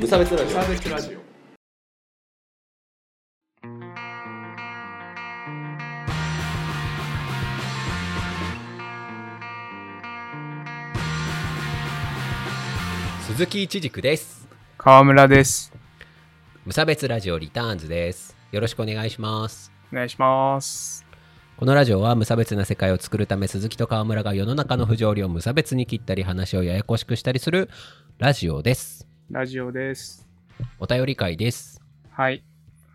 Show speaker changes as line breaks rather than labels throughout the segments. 無差別ラジ
無
オ
差別ラジオ
鈴木一軸です
川村です。
無差別ラジオリターンズですよろしくお願いします
お願いします。
このラジオは無差別な世界を作るため鈴木と川村が世の中の不条理を無差別に切ったり話をややこしくしたりするラジオです
ラジオです。
お便り会です
はい。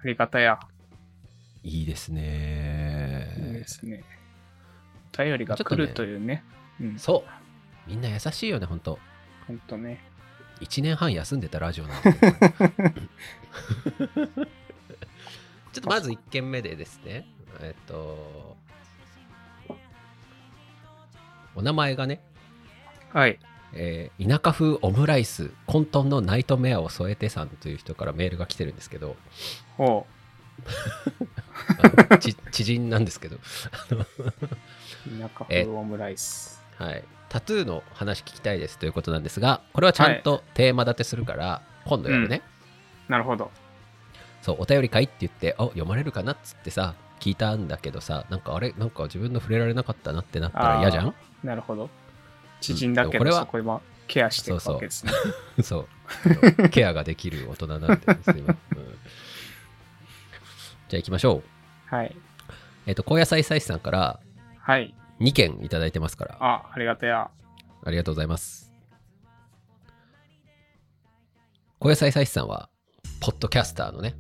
ありがたや。
いいです
いい
ね
ですね。お便りが来るというね。うん。
そうみんな優しいよねほんと
ほんとね。
1年半休んでたラジオなんでちょっとまず1件目でですねえっとお名前がね
はい。
えー田舎風オムライス混沌のナイトメアを添えてさんという人からメールが来てるんですけど
ほ
あのち 知人なんですけど、
う。田舎風オムライス。
はい、タトゥーの話聞きたいですということなんですがこれはちゃんとテーマ立てするから、今度やるね、
なるほど。
そうお便りかいって言ってあ読まれるかなっつってさ聞いたんだけどさなんかあれなんか自分の触れられなかったなってなったら嫌じゃん
なるほど。知人だけ
うんでもこれ
ど、
は
そこ今、ケアしていくわけですね。
そう。ケアができる大人なんで、すいません。うんじゃあ行きましょう。
はい。
えっ、と、高野菜菜師さんから
はい。
2件いただいてますから、あ
あ、ありがたや。
りがとうございます。高野菜菜師さんは、ポッドキャスターのね、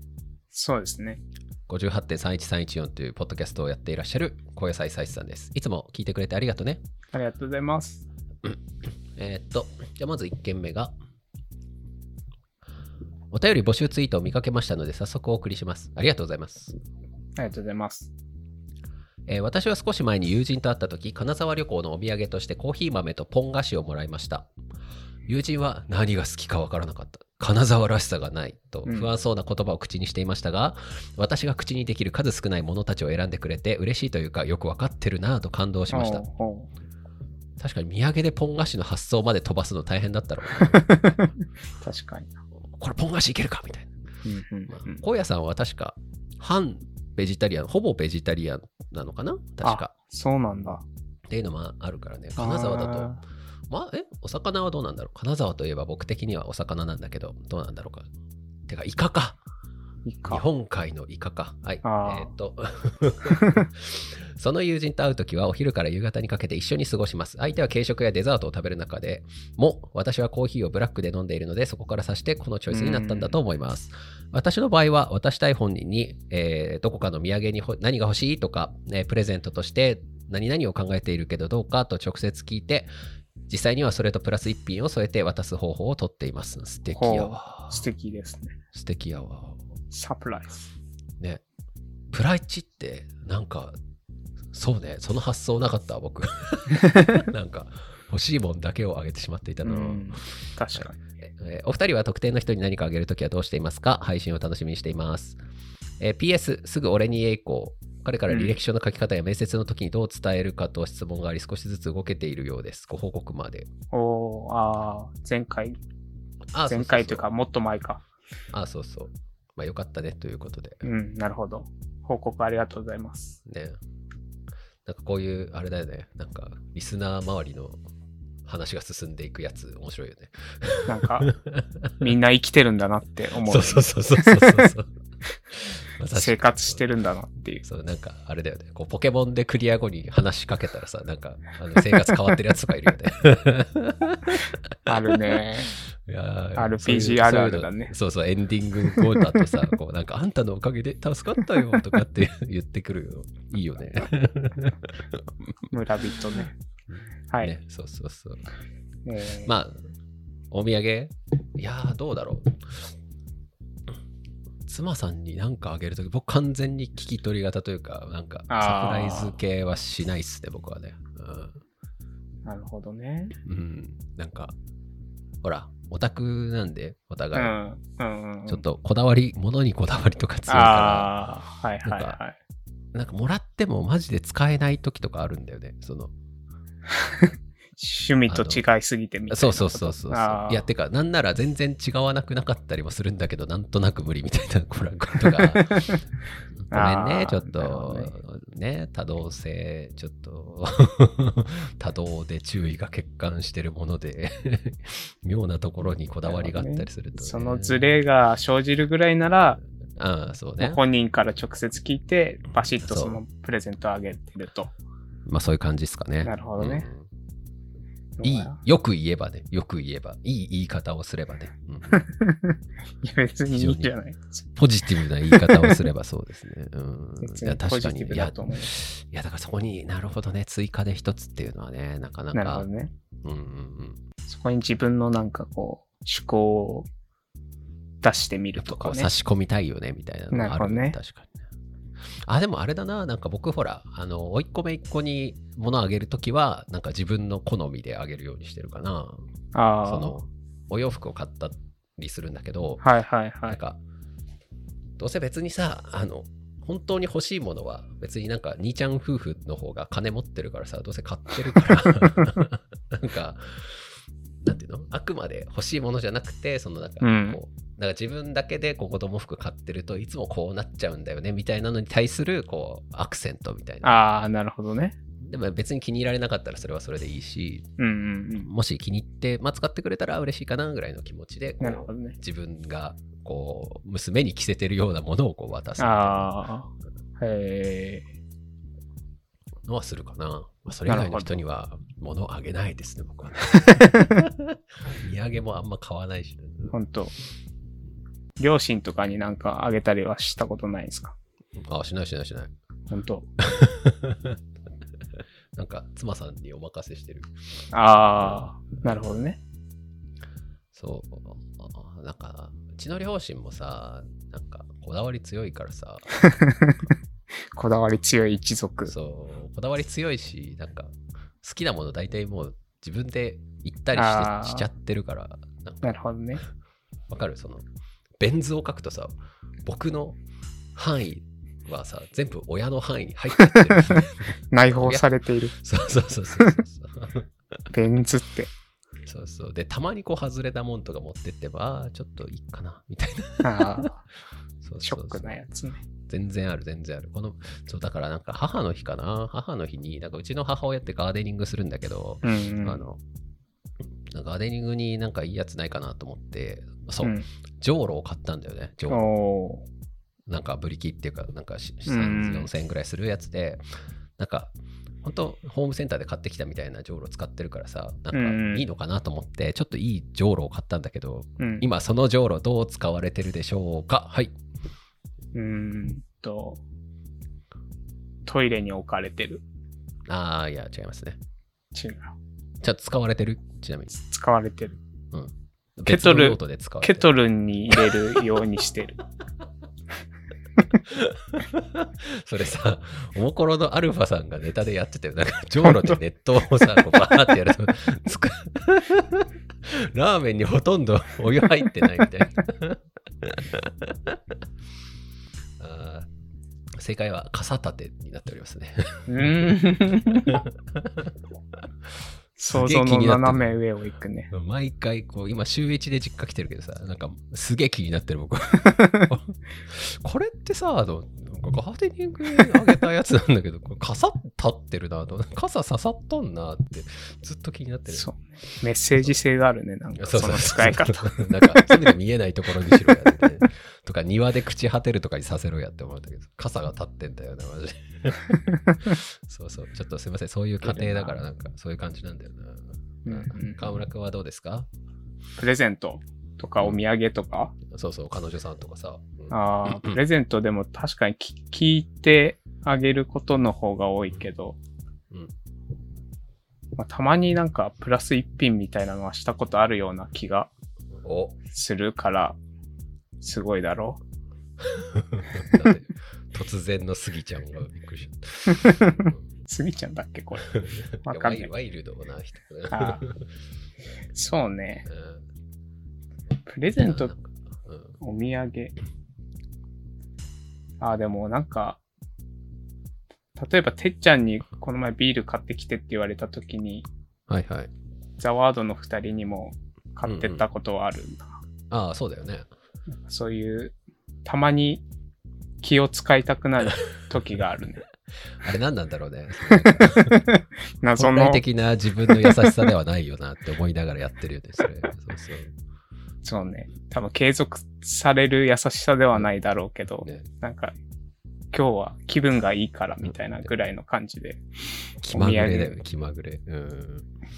そうですね。
58.31314というポッドキャストをやっていらっしゃる高野菜菜師さんです。いつも聞いてくれてありがとうね。
ありがとうございます。
えーっと、じゃあまず1件目が、お便り募集ツイートを見かけましたので、早速お送りします。ありがとうございます。
ありがとうございます。
えー私は少し前に友人と会った時金沢旅行のお土産としてコーヒー豆とポン菓子をもらいました友人は何が好きかわからなかった金沢らしさがないと
うん
不安そうな言葉を口にしていましたが、私が口にできる数少ないものたちを選んでくれて嬉しいというかよくわかってるなぁと感動しました
ほうほう
確かに土産でポン菓子の発想まで飛ばすの大変だったろう
確かに。
なこれポン菓子いけるかみたいな
うんうんうん
高野さんは確か反ベジタリアンほぼベジタリアンなのかな確か
そうなんだ。
っていうのもあるからね金沢だと
あ
まあ、えお魚はどうなんだろう金沢といえば僕的にはお魚なんだけど、どうなんだろうか。てか、イカか。
ー。いい
日
か。
本海のイカか。はい。え
あ
ー
ー
っ と。その友人と会うときはお昼から夕方にかけて一緒に過ごします。相手は軽食やデザートを食べる中でも、私はコーヒーをブラックで飲んでいるので、そこから察してこのチョイスになったんだと思います。私の場合は、渡したい本人に、えーどこかの土産にほ何が欲しいとか、ねプレゼントとして何々を考えているけどどうかと直接聞いて、実際にはそれとプラス一品を添えて渡す方法をとっています。素敵やわ。
素敵ですね。
素敵やわ。
サプライズ。
ねプライチってなんかそうねその発想なかったわ僕なんか欲しいもんだけをあげてしまっていた
う
な、
ん。確かに。
えーお二人は特定の人に何かあげるときはどうしていますか配信を楽しみにしています、えー PS すぐ俺にへ行こう彼から履歴書の書き方や面接の時にどう伝えるかと質問があり少しずつ動けているようですご報告まで
おー、あー前回、
あ
前回というか、
そう
もっと前
そ
か。
うそうあそうそうまあよかったねということで
うん、なるほど。報告ありがとうございます。
ねなんかこういうあれだよねなんかリスナー周りの話が進んでいくやつ面白いよね
な んか、みんな生きてるんだなって思う。
そうそうそうそう そうそうまさしく
生活してるんだなっていう。
そうなんかあれだよねこうポケモンでクリア後に話しかけたらさなんかあの生活変わってるやつとかいるよね
あるね。
いやー
RPG
そういう
あるある
そ
だね
ういうのそうそうエンディング後だとさこうなんかあんたのおかげで助かったよとかって言ってくるよいいよね
村人ね。はい。
ねそうそうそう
えー
まあ、お土産いやー、どうだろう。妻さんに何かあげるとき、僕完全に聞き取り型というか、なんかサ
あ
プラ
ー
イズ系はしないっすね、僕はね。
なるほどね。
うん。うん、なんか、ほら、オタクなんで、お
う
互い。
ん。うんうん。
ちょっとこだわり、物にこだわりとか強いか
ああ、はいはいはい。
ら、なんかもらってもマジで使えない時とかあるんだよね。その、
趣味と違いすぎてみたいな。
そうそうそうそうそ
あ
う。
ー
いや、てか、なんなら全然違わなくなかったりもするんだけど、なんとなく無理みたいな これことが。ごめんね
あー、
ちょっ
なるほ
と
どね、
ね、多動性、ちょっと、 多動で注意が欠陥してるもので、 妙なところにこだわりがあったりするとね、
そのズレが生じるぐらいなら、
ああ、そう
もう
ね。
本人から直接聞いて、バシッ
そ
と
う
そのプレゼントをあげてると。
まあ、そういう感じですかね。
なるほどね
うん。 いい、よく言えばね、よく言えば、いい言い方をすればね、うん
いや別にいいんじゃない
ポジティブな言い方をすればそうですね。うん、
別
いや
にポ
確
ジ
か
テ
に、
ィブ
い
だ
や、
と思う。
いやだからそこになるほどね、追加で一つっていうのはね、なかな
なるほ
か
ど、ね。
うんうんうん、
そこに自分のなんかこう、趣向を出してみる
と
と
か
か
を
ね
差。し込みたいよねみたいなのがある
なるほどね
確かにね。あでもあれだな、なんか僕ほら、あの、おいっ子めいっ子に物あげるときは、なんか自分の好みであげるようにしてるかな。
あ
そ
あ。
の、お洋服を買ったりするんだけど、
はいはいは
なん
い。
か、どうせ別にさ、あの、本当に欲しいものは別になんか兄ちゃん夫婦の方が金持ってるからさどうせ買ってるから なんかなんていうのあくまで欲しいものじゃなくてそのなんかこう、
うん
なんか自分だけでこう子供服買ってるといつもこうなっちゃうんだよねみたいなのに対するこうアクセントみたいな
ああ、なるほどね。
でも別に気に入られなかったらそれはそれでいいし
うんうんうん。
もし気に入って、まあ、使ってくれたら嬉しいかなぐらいの気持ちでこう
なるほどね。
自分がこう娘に着せてるようなものをこう渡すみたいな
ああ。へえ。
のはするかな。まあ、それ以外の人には物をあげないですね、僕 は、ね。土産もあんま買わないし、ね。
本当両親とかになんかあげたりはしたことないですか
あしないしないし ない。
本当
なんか妻さんにお任せしてる。
ああ、なるほどね。
そう。なんか、うちの両親もさ、なんかこだわり強いから さ、
こだわり強い一族。
そう、こだわり強いし、なんか好きなもの大体もう自分で行った
あー
りしてしちゃってるから、なんか
なるほどね。
わかるそのベン図を書くとさ僕の範囲はさ全部親の範囲に入って ってる
内包されている。
そうそうそうそうそう
ベンズって。
そうそうでたまにこう外れたもんとか持ってってばあーちょっといいかなみたいな
ああ、
そうそうそう
ショックなやつね。
全然ある全然あるこのそうだからなんか母の日かな母の日になんかうちの母親ってガーデニングするんだけど、
うんうん。
あのガーデニングになんかいいやつないかなと思ってそう、
うん
ジョウロを買ったんだよねジョウロ
おー
なんかブリキっていうか、なんかし
うん
3 4000円ぐらいするやつで、なんか、本当ホームセンターで買ってきたみたいなじょうろ使ってるからさ、なん
うん
かいいのかなと思って、ちょっといいじょうろを買ったんだけど、
うん、
今そのじょうろどう使われてるでしょうかはい。
うーんと、トイレに置かれてる。
あー、いや、違いますね。
違う。
ちゃんと使われてるちなみに。
使われてる。ケ
別
トル
の用途で使われて
ケ
る。
トルに入れるようにし てる。
それさ、おもころのアルファさんがネタでやってたよ。なんか、じょうろで熱湯をさ、こうバーってやると、つくラーメンにほとんどお湯入ってないみたいな。 あー正解は傘立てになっておりますね。
うーん。想像の斜め上を行くね。
毎回こう今週一で実家来てるけどさなんかすげえ気になってる 僕これってさあのなんかガーデニングにあげたやつなんだけどこれ傘立ってるなと傘刺さっとんなってずっと気になってる
そうね。メッセージ性があるね、なんか
そう
そ
そう
の使い方。
なんかせめて見えないところにしろやって、とか庭で朽ち果てるとかにさせろやって思ったけど傘が立ってんだよなマジでそうそうちょっとすいませんそういう家庭だからなんかそういう感じなんだよな
うんうん
川村君はどうですか
プレゼントとかお土産とか、
そうそう彼女さんとかさ、うん
ああ、
うん
プレゼントでも確かにき聞いてあげることの方が多いけど、
うん
まあ、たまになんかプラス一品みたいなのはしたことあるような気が
お
するから、すごいだろう。
だって突然のスギちゃんがびっくりしち ゃった。
すぎちゃんだっ け、これ。わ
いや
か
ワ
ん
イ
ない。
ワイルドな人。
あーそうね。
うん
プレゼント
なん、かうん
お土産。ああ、でもなんか、例えばてっちゃんにこの前ビール買ってきてって言われた時に、
はいはい。
ザワードの2人にも買ってったことはあるんだ。
ああ、そうだよね。
そういう、たまに気を使いたくなる時があ るね。
あれ何なんだろう ね。
謎
本
の
来、的な自分の優しさではないよなって思いながらやってるよね、それ。そうそう。
そうね、多分継続される優しさではないだろうけど、
ね
なんか、今日は気分がいいからみたいなぐらいの感じで。
気まぐれだ
お土
よね、気まぐれ。うん。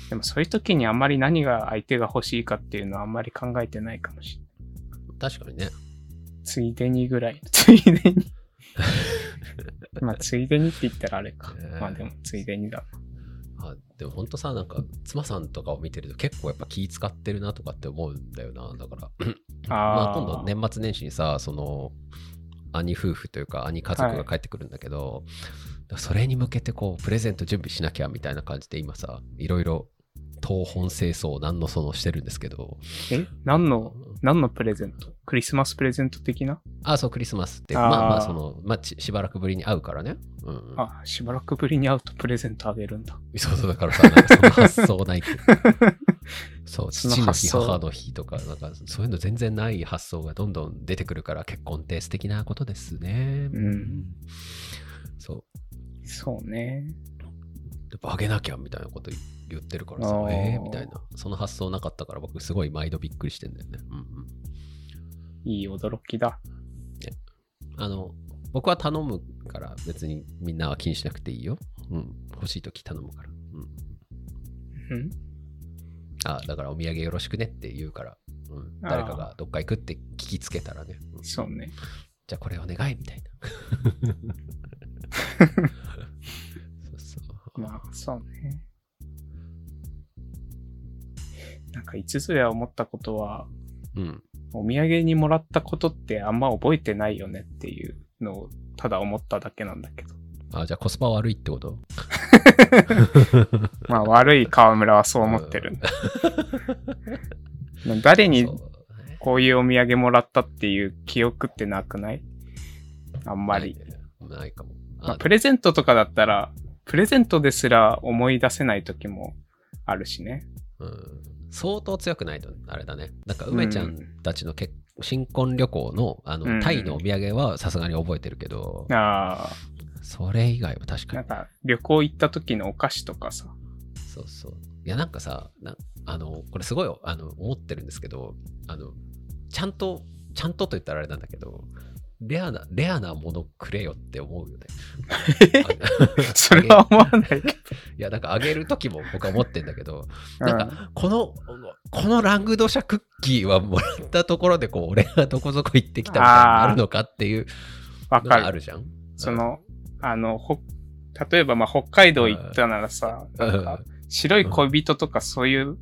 でもそういう時にあんまり何が相手が欲しいかっていうのはあんまり考えてないかもしれない。
確かにね。
ついでに ぐらい。ついでに。まあ、ついでにって言ったらあれか。
ね
まあでも、ついでにだ。
あでも本当さ、なんか、妻さんとかを見てると結構やっぱ気使ってるなとかって思うんだよな。だから、
あ
まあ、
ー
今度年末年始にさその兄夫婦というか兄家族が帰ってくるんだけど、それに向けてこうプレゼント準備しなきゃみたいな感じで今さいろいろ東本清掃何のそのしてるんですけど
え何の、何のプレゼントクリスマスプレゼント的な
あそうクリスマスって
あー
まあまあその、まあ、ちしばらくぶりに会うからね、うんうん、
あ、しばらくぶりに会うとプレゼントあげるんだ。
そうそうだからさなんかその発想ない っていうそう
その
父の
発
日
想
母の日とかなんかそういうの全然ない発想がどんどん出てくるから結婚って素敵なことですね、
うん。
そう
そうね。
やっぱあげなきゃみたいなこと言ってるから
あ
さ
ー、
えー、みたいな。その発想なかったから僕すごい毎度びっくりしてんだよね。うんうん
いい驚きだ。
あの、僕は頼むから別にみんなは気にしなくていいよ。うん、欲しいとき頼むから。うん、
うん
あだからお土産よろしくねって言うから、うん、誰かがどっか行くって聞きつけたらね。うんじ
そうね。
ゃあこれお願いみたいな。 そうそう。
まあ、そうね。なんか、いつぞや思ったことは、
うん。
お土産にもらったことってあんま覚えてないよねっていうのを、ただ思っただけなんだけど。
あ、じゃあコスパ悪いってこと
まあ、悪い河村はそう思ってるんだ。 誰に
そうね
こういうお土産もらったっていう記憶ってなくないあんまり。
ないねないかも。
まあプレゼントとかだったら、プレゼントですら思い出せない時もあるしね。
うん相当強くないとあれだね。なんか梅ちゃ
うん
たちの結新婚旅行のあの、
うん
タイのお土産はさすがに覚えてるけど、
あ
それ以外は確かに
あ、なん。か旅行行った時のお菓子と かさ。
そうそう。いやなんかさ、なあのこれすごいあの思ってるんですけどあの、ちゃんと、ちゃんとと言ったらあれなんだけど、レアな、レアなものくれよって思うよね。
それは思わないけど。
いや、なんかあげる時も僕は思ってんだけど、
う
なん
ん
か、この、このラングドシャクッキーはもらったところで、こう、俺がどこそこ行ってきたみたいなあるのかっていう
わ
の
か
があ
る。
るじゃん。
その、あの、ほ、例えばまあ北海道行ったならさ、
うん
なんか白い恋人とかそういう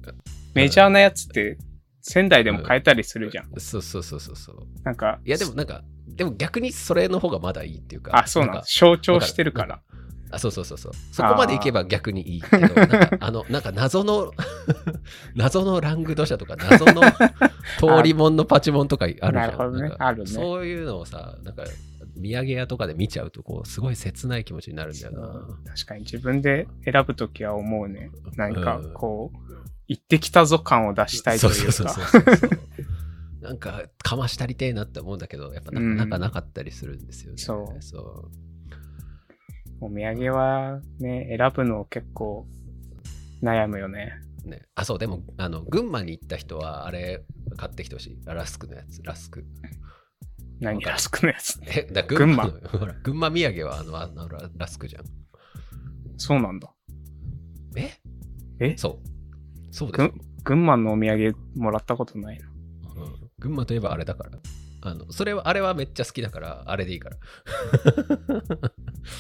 メジャーなやつって仙台でも買えたりするじゃん。
うん。そうそうそうそうそう。
なんか、
いや、でもなんか、でも逆にそれの方がまだいいっていうか。
あ、そうなんだ。象徴してるから。
あそうそうそうそう。そこまでいけば逆にいい けど、なんか、あの、なんか謎の、 謎のラングドシャとか、謎 の通りもんのパチモンとかあるじゃん。
なるほどね
なんか
あるね
そういうのをさ、なんか、土産屋とかで見ちゃうと、こう、すごい切ない気持ちになるんだよな。
確かに自分で選ぶときは思うね。なんか
うん
こう、行ってきたぞ感を出したいと
そ
いうう
そ
か。
うそうそうそう。なんか、かましたりてえなって思うんだけど、やっぱなかなかなかったりするんですよね。
そう
そう
お土産はね、選ぶの結構悩むよね。
ね、あそうでもあの群馬に行った人はあれ買ってきてほしいラスクのやつラスク
何
わかる
ラスクのやつ。
えだ
群馬
の ほら群馬土産はあのあのララスクじゃん
そうなんだ。
え
え
そうそうですよ、
群馬のお土産もらったことないな。
うん群馬といえばあれだからあのそれはあれはめっちゃ好きだからあれでいいから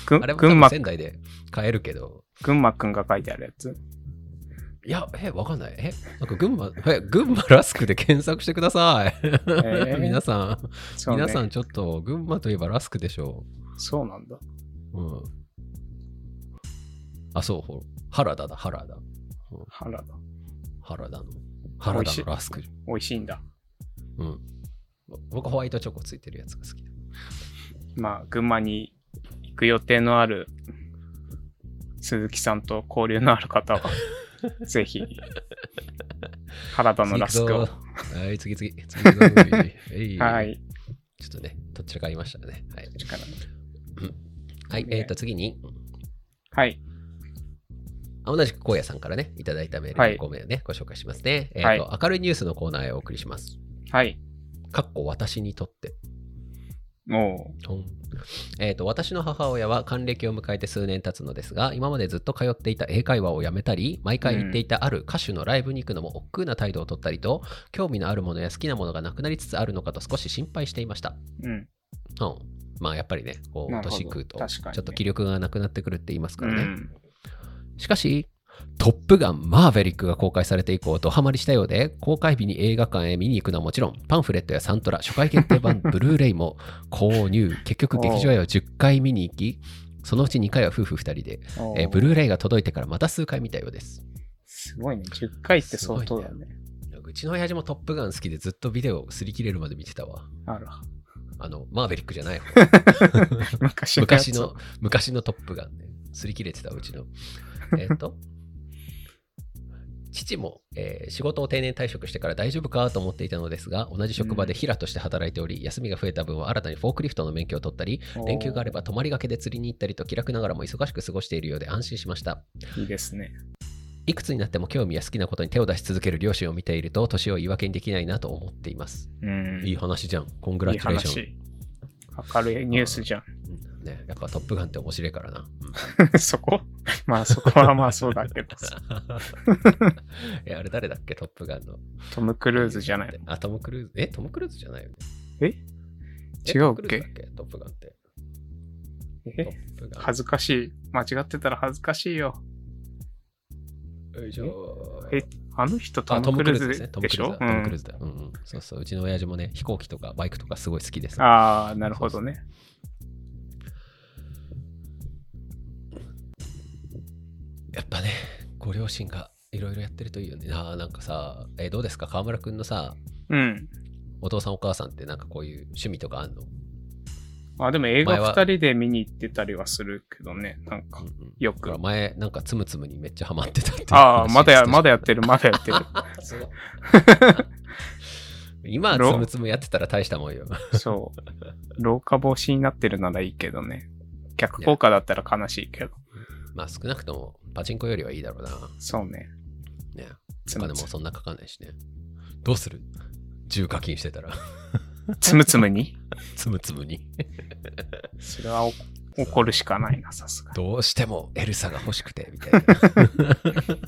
ぐ
あれも
群
多
馬
分、仙台で買えるけど
群馬くんが書いてあるやつ。
いやえわかんないえなんか群馬え群馬ラスクで検索してください、
ー
皆さん、
そうね
皆さんちょっと群馬といえばラスクでしょう
そうなんだ。
うん。あ、そう、ほ原田だ、原田。
原田。
原田の。
美
原
味し
田
い
のラスク。
美味しいんだ。
うん。ぼ僕、ホワイトチョコついてるやつが好きだ。
まあ、群馬に 行く予定のある鈴木さんと交流のある方は、ぜひ、体のラスクを。
はい、次次。次行くぞ えい
はい。
ちょっとね、どっちらかありましたね。はい。
力
はい、
ね
えっ、と、次に、
はい。
あ同じく荒野さんからね、いただいたメール
は
5
い
個目をね、ご紹介しますね。えっ、
はい
と、明るいニュースのコーナーへお送りします。
はい。
かっこ私にとって。
おう。
うんえー、と私の母親は還暦を迎えて数年経つのですが今までずっと通っていた英会話をやめたり毎回行っていたある歌手のライブに行くのも億劫な態度をとったりと興味のあるものや好きなものがなくなりつつあるのかと少し心配していました、
うん。
うん、まあやっぱりねこ
な
う
るほど
年食うと
確かにね
ちょっと気力がなくなってくるって言います
う
からね、
ん。
しかし、トップガンマーヴェリックが公開されて以降、ドハマりしたようで、公開日に映画館へ見に行くのはもちろん、パンフレットやサントラ、初回限定 版ブルーレイも購入、結局劇場へは10回見に行き、そのうち2回は夫婦2人で、
おう
えーブルーレイが届いてからまた数回見たようです。
すごいね。10回って相当だね。
うちの親父もトップガン好きでずっとビデオを擦り切れるまで見てたわ。
あるわ。
あの、マーヴェリックじゃない方、
昔のや
昔
つ
の、昔のトップガンね。擦り切れてたうち の。えっと、父も、えー仕事を定年退職してから大丈夫かと思っていたのですが、同じ職場で平として働いており、休みが増えた分は新たにフォークリフトの免許を取ったり、
おう
連休があれば泊まりがけで釣りに行ったりと気楽ながらも忙しく過ごしているようで安心しました。
いいですね。
いくつになっても興味や好きなことに手を出し続ける両親を見ていると、年を言い訳にできないなと思っています。
うん。
いい話じゃん。コングラチュレーション。
いい話明るいニュースじゃ
うんね、やっぱトップガンって面白いからな。うん
ん。 そこ まあそこはまあそうだけど。
え、あれ誰だっけトップガンの。
トム・クルーズじゃない。。
あ、トム・クルーズ。え、トム・クルーズじゃないよね。
え
え
違うっ
ト
け
ムクルーズだトップガンって。ト
え
ップガン。
恥ずかしい。間違ってたら恥ずかしいよ。
よいしょ
え、あの人ト
あ
ム・クルー
ですね。トム・
ズで
ク
し
ルーズ
ょ
だ。
う
トム・クルー
ん。
ズだ。うんうん。そうそう。うちの親父もね、飛行機とかバイクとかすごい好きです。
ああ、なるほどね。
やっぱね、ご両親がいろいろやってるといいよね。あーなんかさ、え、どうですか河村くんのさ、
うん。
お父さんお母さんってなんかこういう趣味とかあんの
あでも映画
前は
2人で見に行ってたりはするけどね。なんか
うん、うん
よ
だか
く
ら。前、なんかつむつむにめっちゃハマってたっていう
ああ、
話
まだや、
してた
まだやってる、まだやってる。
すごい 今はつむつむやってたら大したもんよ。
そう。老化防止になってるならいいけどね。逆効果だったら悲しいけど。
まあ少なくともパチンコよりはいいだろうな。
そうね。
ね、
つ
お金も
むつむ
そんなかかんないしね。どうする重課金してたら
つむつむに
つむつむに。
それはお怒るしかないな、さすがに。
どうしてもエルサが欲しくてみたいな。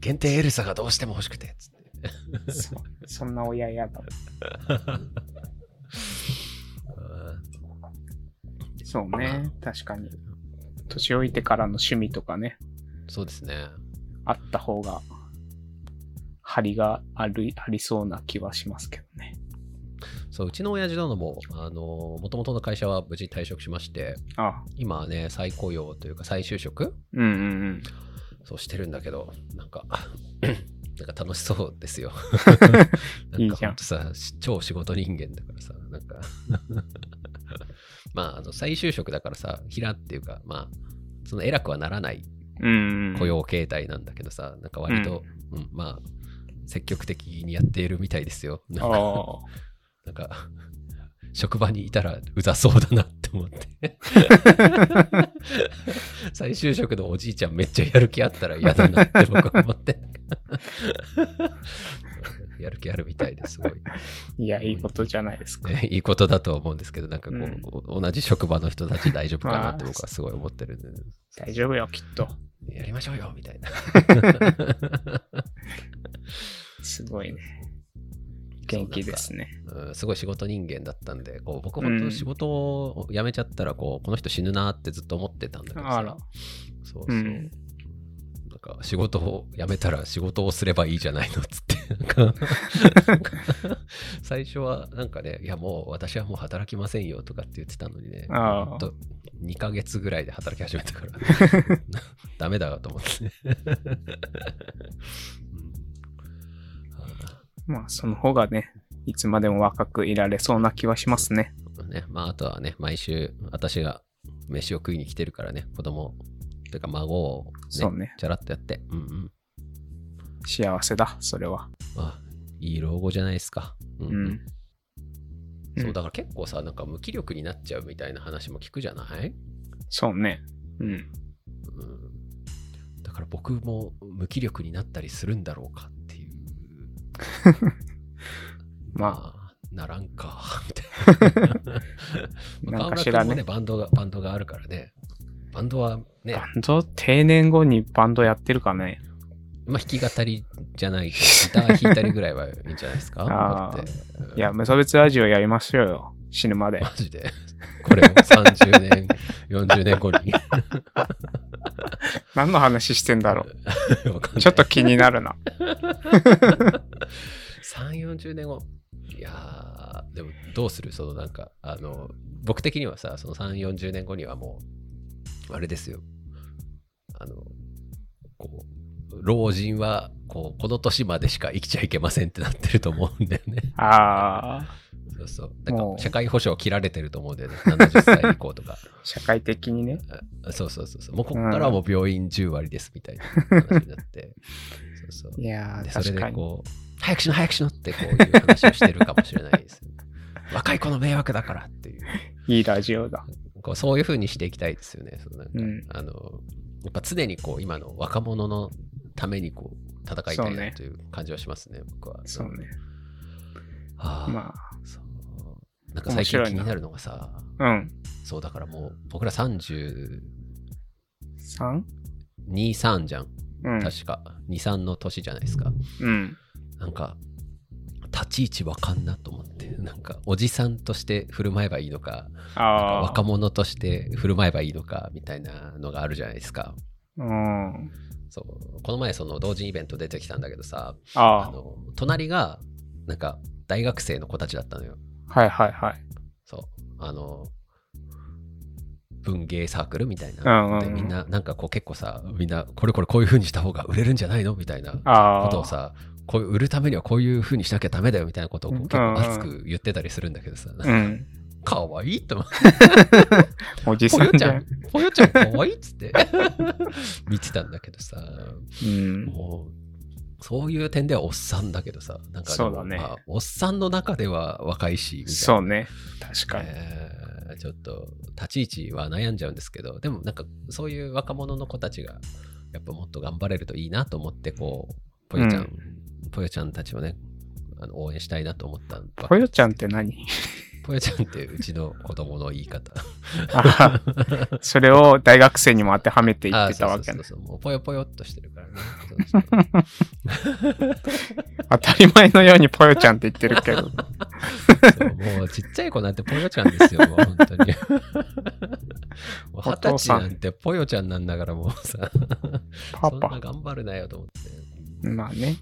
限定エルサがどうしても欲しくてつって
そそんな親嫌だ。
うん
そうね。確かに。年老いてからの趣味とかね、
そうですね。
あった方が、張りがある、ありそうな気はしますけどね。
そううちの親父殿も、あの元々の会社は無事退職しまして、
あ
今はね、再雇用というか再就職
うんうんうん。
そうしてるんだけど、なんか、 なんか楽しそうです よ。ないん
い
か
じゃ
ほ
ん
んとさ、し超仕事人間だからさ、なんか、 まあ、あの再就職だからさ、平っていうか、まあ、その偉くはならない
うん、うん。
雇用形態なんだけどさ、なんか割と、うん、まあ、積極的にやっているみたいですよ。なんか、
あ
なんか職場にいたらうざそうだなって思 って。再就職のおじいちゃんめっちゃやる気あったら嫌だなって僕は思って。やる気あるみたいですごい、
あ。いや、いいことじゃないですか。
ねいいことだと思うんですけど、なんかこう、同じ職場の人たち大丈夫かなって
まあ
僕はすごい思ってるんで、
大丈夫よ、きっと。
やりましょうよみたいな。
すごいね。元気ですね。
うんすごい仕事人間だったんで、こう僕本当仕事を辞めちゃったらこう、この人死ぬなってずっと思ってたんだけど
あ
さ
ら、
そうそう、
うん
なんか仕事を辞めたら仕事をすればいいじゃないのっつって、なんか最初はなんかね、いやもう私はもう働きませんよとかって言ってたのにね、
ああ
ほんと2ヶ月ぐらいで働き始めたから、 ダメだと思ってね。 うんああ
まあ、その方がね、いつまでも若くいられそうな気はしますね。
ね、まああとはね、毎週私が飯を食いに来てるからね、子供というか孫を、
そうね。
ちゃらっとやって。うんうん。
幸せだ、それは。
あ、いい老後じゃないですか。うん
う
うん
ん。うん
そうだから結構さ、なんか無気力になっちゃうみたいな話も聞くじゃない、
そうね。うん。
うん、だから僕も無気力になったりするんだろうかっていう。
ま
あー、ならん か。み
あ、
たいな。
な
川
んか
村
し
君
ら
も
ね
ね、。バンドが、バンドがあるからね。バンドはね、
バンド、定年後にバンドやってるかね。
まあ弾き語りじゃないけど、ギター弾いたりぐらいはいいんじゃないですか
あー
だってうん
いや、無差別ラジオやりましょうよ。死ぬ まで
マ。ジで。これを30年、40年後に。
何の話してんだろ
わ かんな
う。
い
ちょっと気にな るな。
3、40年後。いやーでもどうするそのなんか、あの、僕的にはさ、その3、40年後にはもう、あれですよ。あの、こう、老人は、こう、この年までしか生きちゃいけませんってなってると思うんだよね。
ああ、
そうそう。なん
も
か、
う
社会保障切られてると思うんだよね。70歳以降とか。
社会的にね。
あそうそうそうそう。もうこっからはもう病院10割ですみたいな話にな って。そうそう
い。や
で
ー、
それ
確か
で
に。
こう、早くしろ早くしろってこういう話をしてるかもしれないです、ね。若い子の迷惑だからっていう。
いいラジオだ。
こうそういうふうにしていきたいですよね。そのなんか
うん
あのやっぱ常にこう今の若者のためにこう戦いたい
そう
な
ね
という感じはしますね、僕は。
そうね。
ああ、
ま
そう。なんか最近
面白い
気
な
になるのがさ、
あ、うん。
そうだからもう僕ら32、
3?
3じゃん。
うん。
確か。2、3の年じゃないですか。
うん。
なんか立ち位置わかんなと思って なんかおじさんとして振る舞えばいいのか
あ
若者として振る舞えばいいのかみたいなのがあるじゃないですか
あ。うん。
そうこの前その同人イベント出てきたんだけどさあ
あ
の隣がなんか大学生の子たちだったのよ
あ。はいはいはい。
そうあの文芸サークルみたい
うんうんう
な、
ん
でみんななんかこう結構さみんなこれこれこういう風にした方が売れるんじゃないのみたいな
ああ。
ことをさこういう売るためにはこういう風にしなきゃダメだよみたいなことをこう
うん
結構熱く言ってたりするんだけどさ、なん
う
か
ん。
かわいいって思って
おじ
ぽ
さ
よ
ん
ち
じ
ゃ
ゃ
ん
ん。
ぽよちゃんかわいいっつって 見てたんだけどさ
うん。
もうそういう点ではおっさんだけどさなんかで
そう
も
だね
まあおっさんの中では若いしみたいな
そうね。確かに。
えーちょっと立ち位置は悩んじゃうんですけどでもなんかそういう若者の子たちがやっぱもっと頑張れるといいなと思ってこうぽよちゃん、
う
ぽよちゃんたちをねあの応援したいなと思ったわけ
ぽよちゃんって何
ぽよちゃんってうちの子供の言い方
ああそれを大学生にも当てはめて 言
あー
って
そ
た
うそ
わ
う
け
そ
ね
う。そうもうぽよぽよっとしてるからねそうそう
当たり前のようにぽよちゃんって言ってるけ ど。
そう もうちっちゃい子なんてぽよちゃんですよもう本当にもう
お
二十
父
歳
さん
なんてぽよちゃんなんだからもうさ
パ
そんな
パ。
頑張るなよと思って
まあね。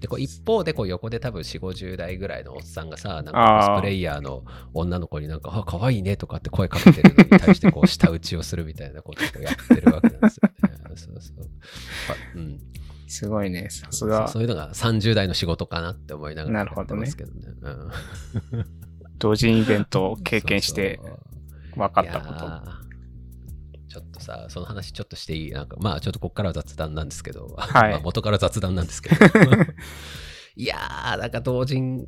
でこう一方でこう横で多分4 5 0代ぐらいのおっさんがさなんかコスプレイヤーの女の子になんか「あ可愛いね」とかって声かけてるのに対して こう舌打ちをするみたいなことをやってるわけなんですよ ね。そうそうやっぱうん、
すごいね。さす
そう
が
そ。ういうのが30代の仕事かなって思いながら
なるほどね
やってますけどね。うん
同人イベントを経験して
そうそう
分かったこ
い
と。
やーちょっとさ、その話ちょっとしていいなんか、まあちょっとこっからは雑談なんですけど、
は い
まあ元から雑談なんです けど。いやー、なんか同人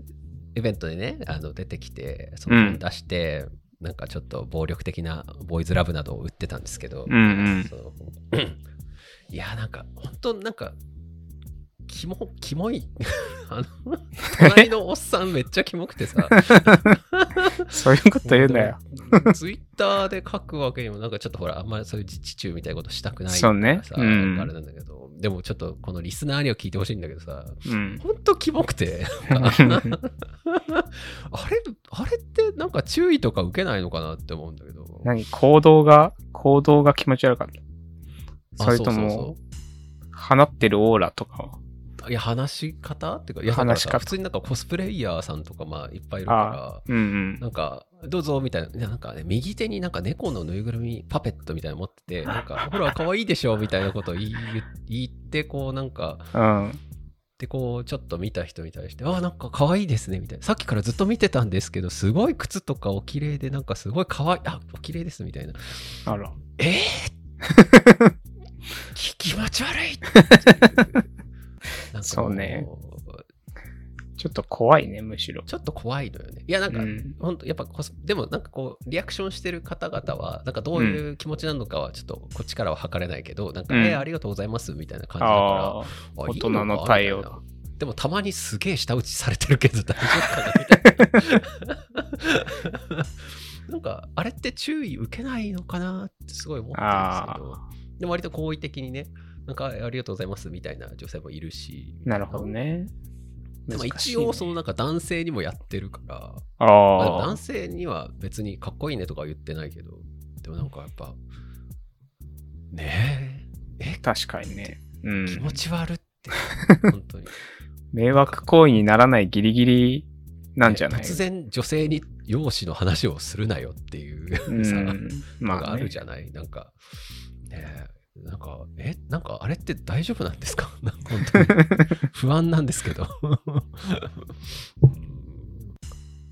イベントでね、あの出てきて、その
うん
本出して、なんかちょっと暴力的なボーイズラブなどを売ってたんですけど、
うんうん
その いやー、なんか本当なんか、キモ、キモい。 あの、隣のおっさんめっちゃキモくてさ。
そういうこと言うなよ。
ツイッターで書くわけにも、なんかちょっとほら、あんまりそういう自治中みたいなことしたくない
そうね
からさ
うん
あれなんだけど、でもちょっとこのリスナーには聞いてほしいんだけど さ、
うん。
ほんとキモくて、あれ、あれってなんか注意とか受けないのかなって思うんだけど。
何行動が、行動が気持ち悪かった。
あ
それと
うう
も
そ、
放ってるオーラとかは。
ういや、話し方っていうか、いや、
話し
だ
方
からさ普通になんかコスプレイヤーさんとか、まあ、いっぱいいるから。
うんうん
な。んか、どうぞみたいな、いやなんかね、右手になんか猫のぬいぐるみ、パペットみたいなの持ってて、なんか、ほら、可愛いでしょみたいなことを言い言って、こう、なんか、
うん。
でこうちょっと見た人に対して「あなんか可愛いですね」みたいな「さっきからずっと見てたんですけどすごい靴とかお綺麗でなんかすごい可愛いあお綺麗です」みたいな
あら。
「えー、き気持ち悪い!なんかも」
そうねちょっと怖いね、むしろ。
ちょっと怖いのよねいやなんか、
うん
本当やっぱこそでもなんかこうリアクションしてる方々はなんかどういう気持ちなのかはちょっとこっちからは測れないけど、なんか、
うん
えーありがとうございますみたいな感じだから
ああ、
あ
大人の対応
いいかみたいなでもたまにすげえ舌打ちされてるけど大丈 夫かなみたいななんかあれって注意受けないのかなってすごい思ったんですけどでも割と好意的にねなんかありがとうございますみたいな女性もいるし
なるほどね。
でも
難しい
一
ね
応そのなんか男性にもやってるからまあでも
あ
男性には別にかっこいいねとかは言ってないけどでもなんかやっぱねええ
あ、確かにね。う
気持
ん。
ち悪って 本当に
迷惑行為にならないギリギリなんじゃない
突然女性に容姿の話をするなよっていう、
う
さ
ん。
の
ま
が
あ
ある
ね
じ、ゃない、なんかねえなんかえなんかあれって大丈夫なんですか なんか本 当に不安なんですけど うん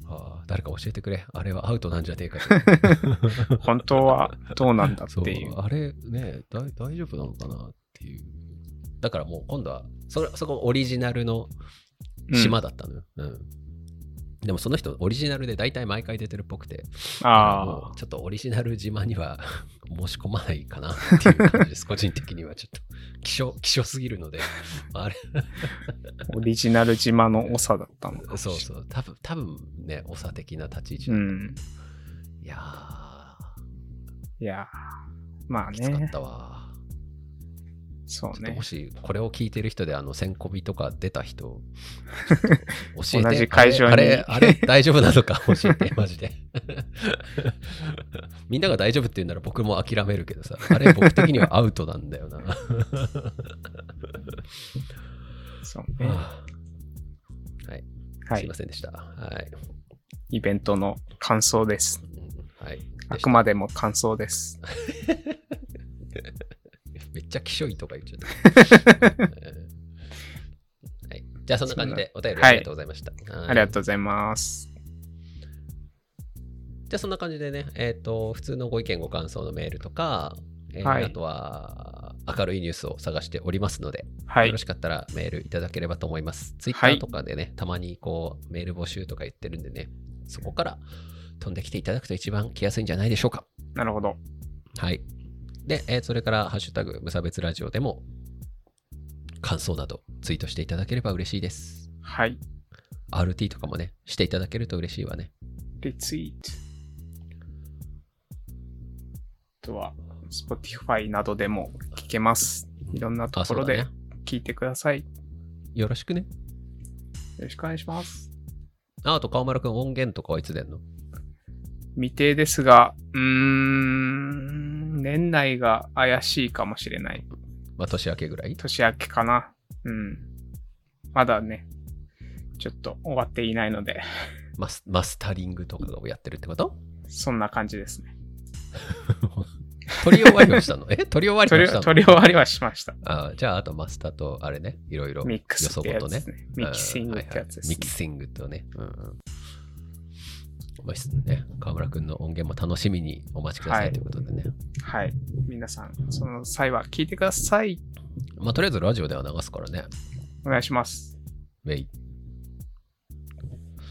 ああ誰か教えてくれあれはアウトなんじゃねえか と
本当はどうなんだ
そう
っていう。
あれねだい大丈夫なのかなっていうだからもう今度はそれそこオリジナルの
うん
島だったのよ、うんでもその人オリジナルで大体毎回出てるっぽくて
あ
もうちょっとオリジナル島には 申し込まないかなっていう感じです 個人的にはちょっと希少希少すぎるのであれ
あ、オリジナル島の長だったのかもし
そうそ
れない
う多分多分ね長的な立ち位置
う
だ、
ん。
いや
いやー、まあ
ーきつかっ
ね。
たわ、ち
そう
ょっと
ね
も。しこれを聞いてる人であの千コビとか出た 人ちょっと教えて
同じ会場に
あれあれ あれ大丈夫なのか教えてマジで みんなが大丈夫って言うなら僕も諦めるけどさあれ僕的にはアウトなんだよな
そうね。
はあ
は
すい
い
ま。せんでしたはい、
イベントの感想です。
うんはい、
あくまでも感想です。
めっちゃきしょいとか言っちゃ った、うんはい、じゃあそんな感じでお便りありがとうございました、はい
ありがとうございます。
じゃあそんな感じでね、えっ、と、普通のご意見、ご感想のメールとか、えー
はい
あとは明るいニュースを探しておりますので、
は
よ
い
ろ。しかったらメールいただければと思います。ツイッタ
は
ー
い
とかでね、たまにこうメール募集とか言ってるんでね、そこから飛んできていただくと一番来やすいんじゃないでしょうか。
なるほど。
はい。で、えーそれから、ハッシュタグ無差別ラジオでも、感想などツイートしていただければ嬉しいです。
はい。
RT とかもね、していただけると嬉しいわね。
リツイート。あとは、Spotify などでも聞けます。いろんなと
あ、
こ
そ
ろ
うだ
で
ね。
聞いてください。
よろしくね。
よろしくお願いします。
ああと、川丸くん、音源とかはいつ出んの
未定ですが、うーん、年内が怪しいかもしれない。
まあ、年明けぐらい
年明けかな。うん。まだね、ちょっと終わっていないので、
マスマスタリングとかをやってるってこと
そんな感じですね。
取り終わりをした のえ取り終わり
取
を
り
したの
取り終わりはしました。
あじゃあ、あとマスターとあれね、いろいろ
ミックスってやつ
よそごと
です
ね。
ね。ミキシングってやつです
うんはいはい
ね
ミ。キシングとね。うんうんまあしね、河村くんの音源も楽しみにお待ちくださ
はいい
ということでね。
はい。皆さん、その際は聞いてください。
まあ、とりあえずラジオでは流すからね。
お願いします。
ウェイ。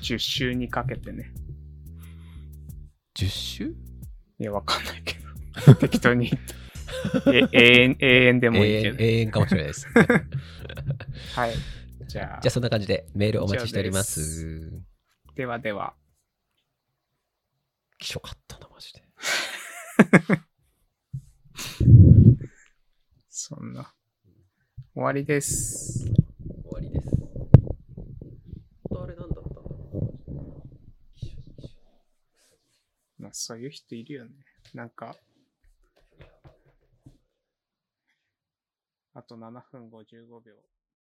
10週にかけてね。
10週
いや、わかんないけど。 適当に言って。え永遠、永遠でもいい
永
けど
遠。永遠かもしれないです。
はい。じゃあ
じゃあ、、そんな感じでメールお待ちしており ます。
ではでは。
きしょかったな、マジで。
そんな。終わりです。
終わりです。あれ何だったんだろ
まあ、そういう人いるよね。なんか。あと7分55秒。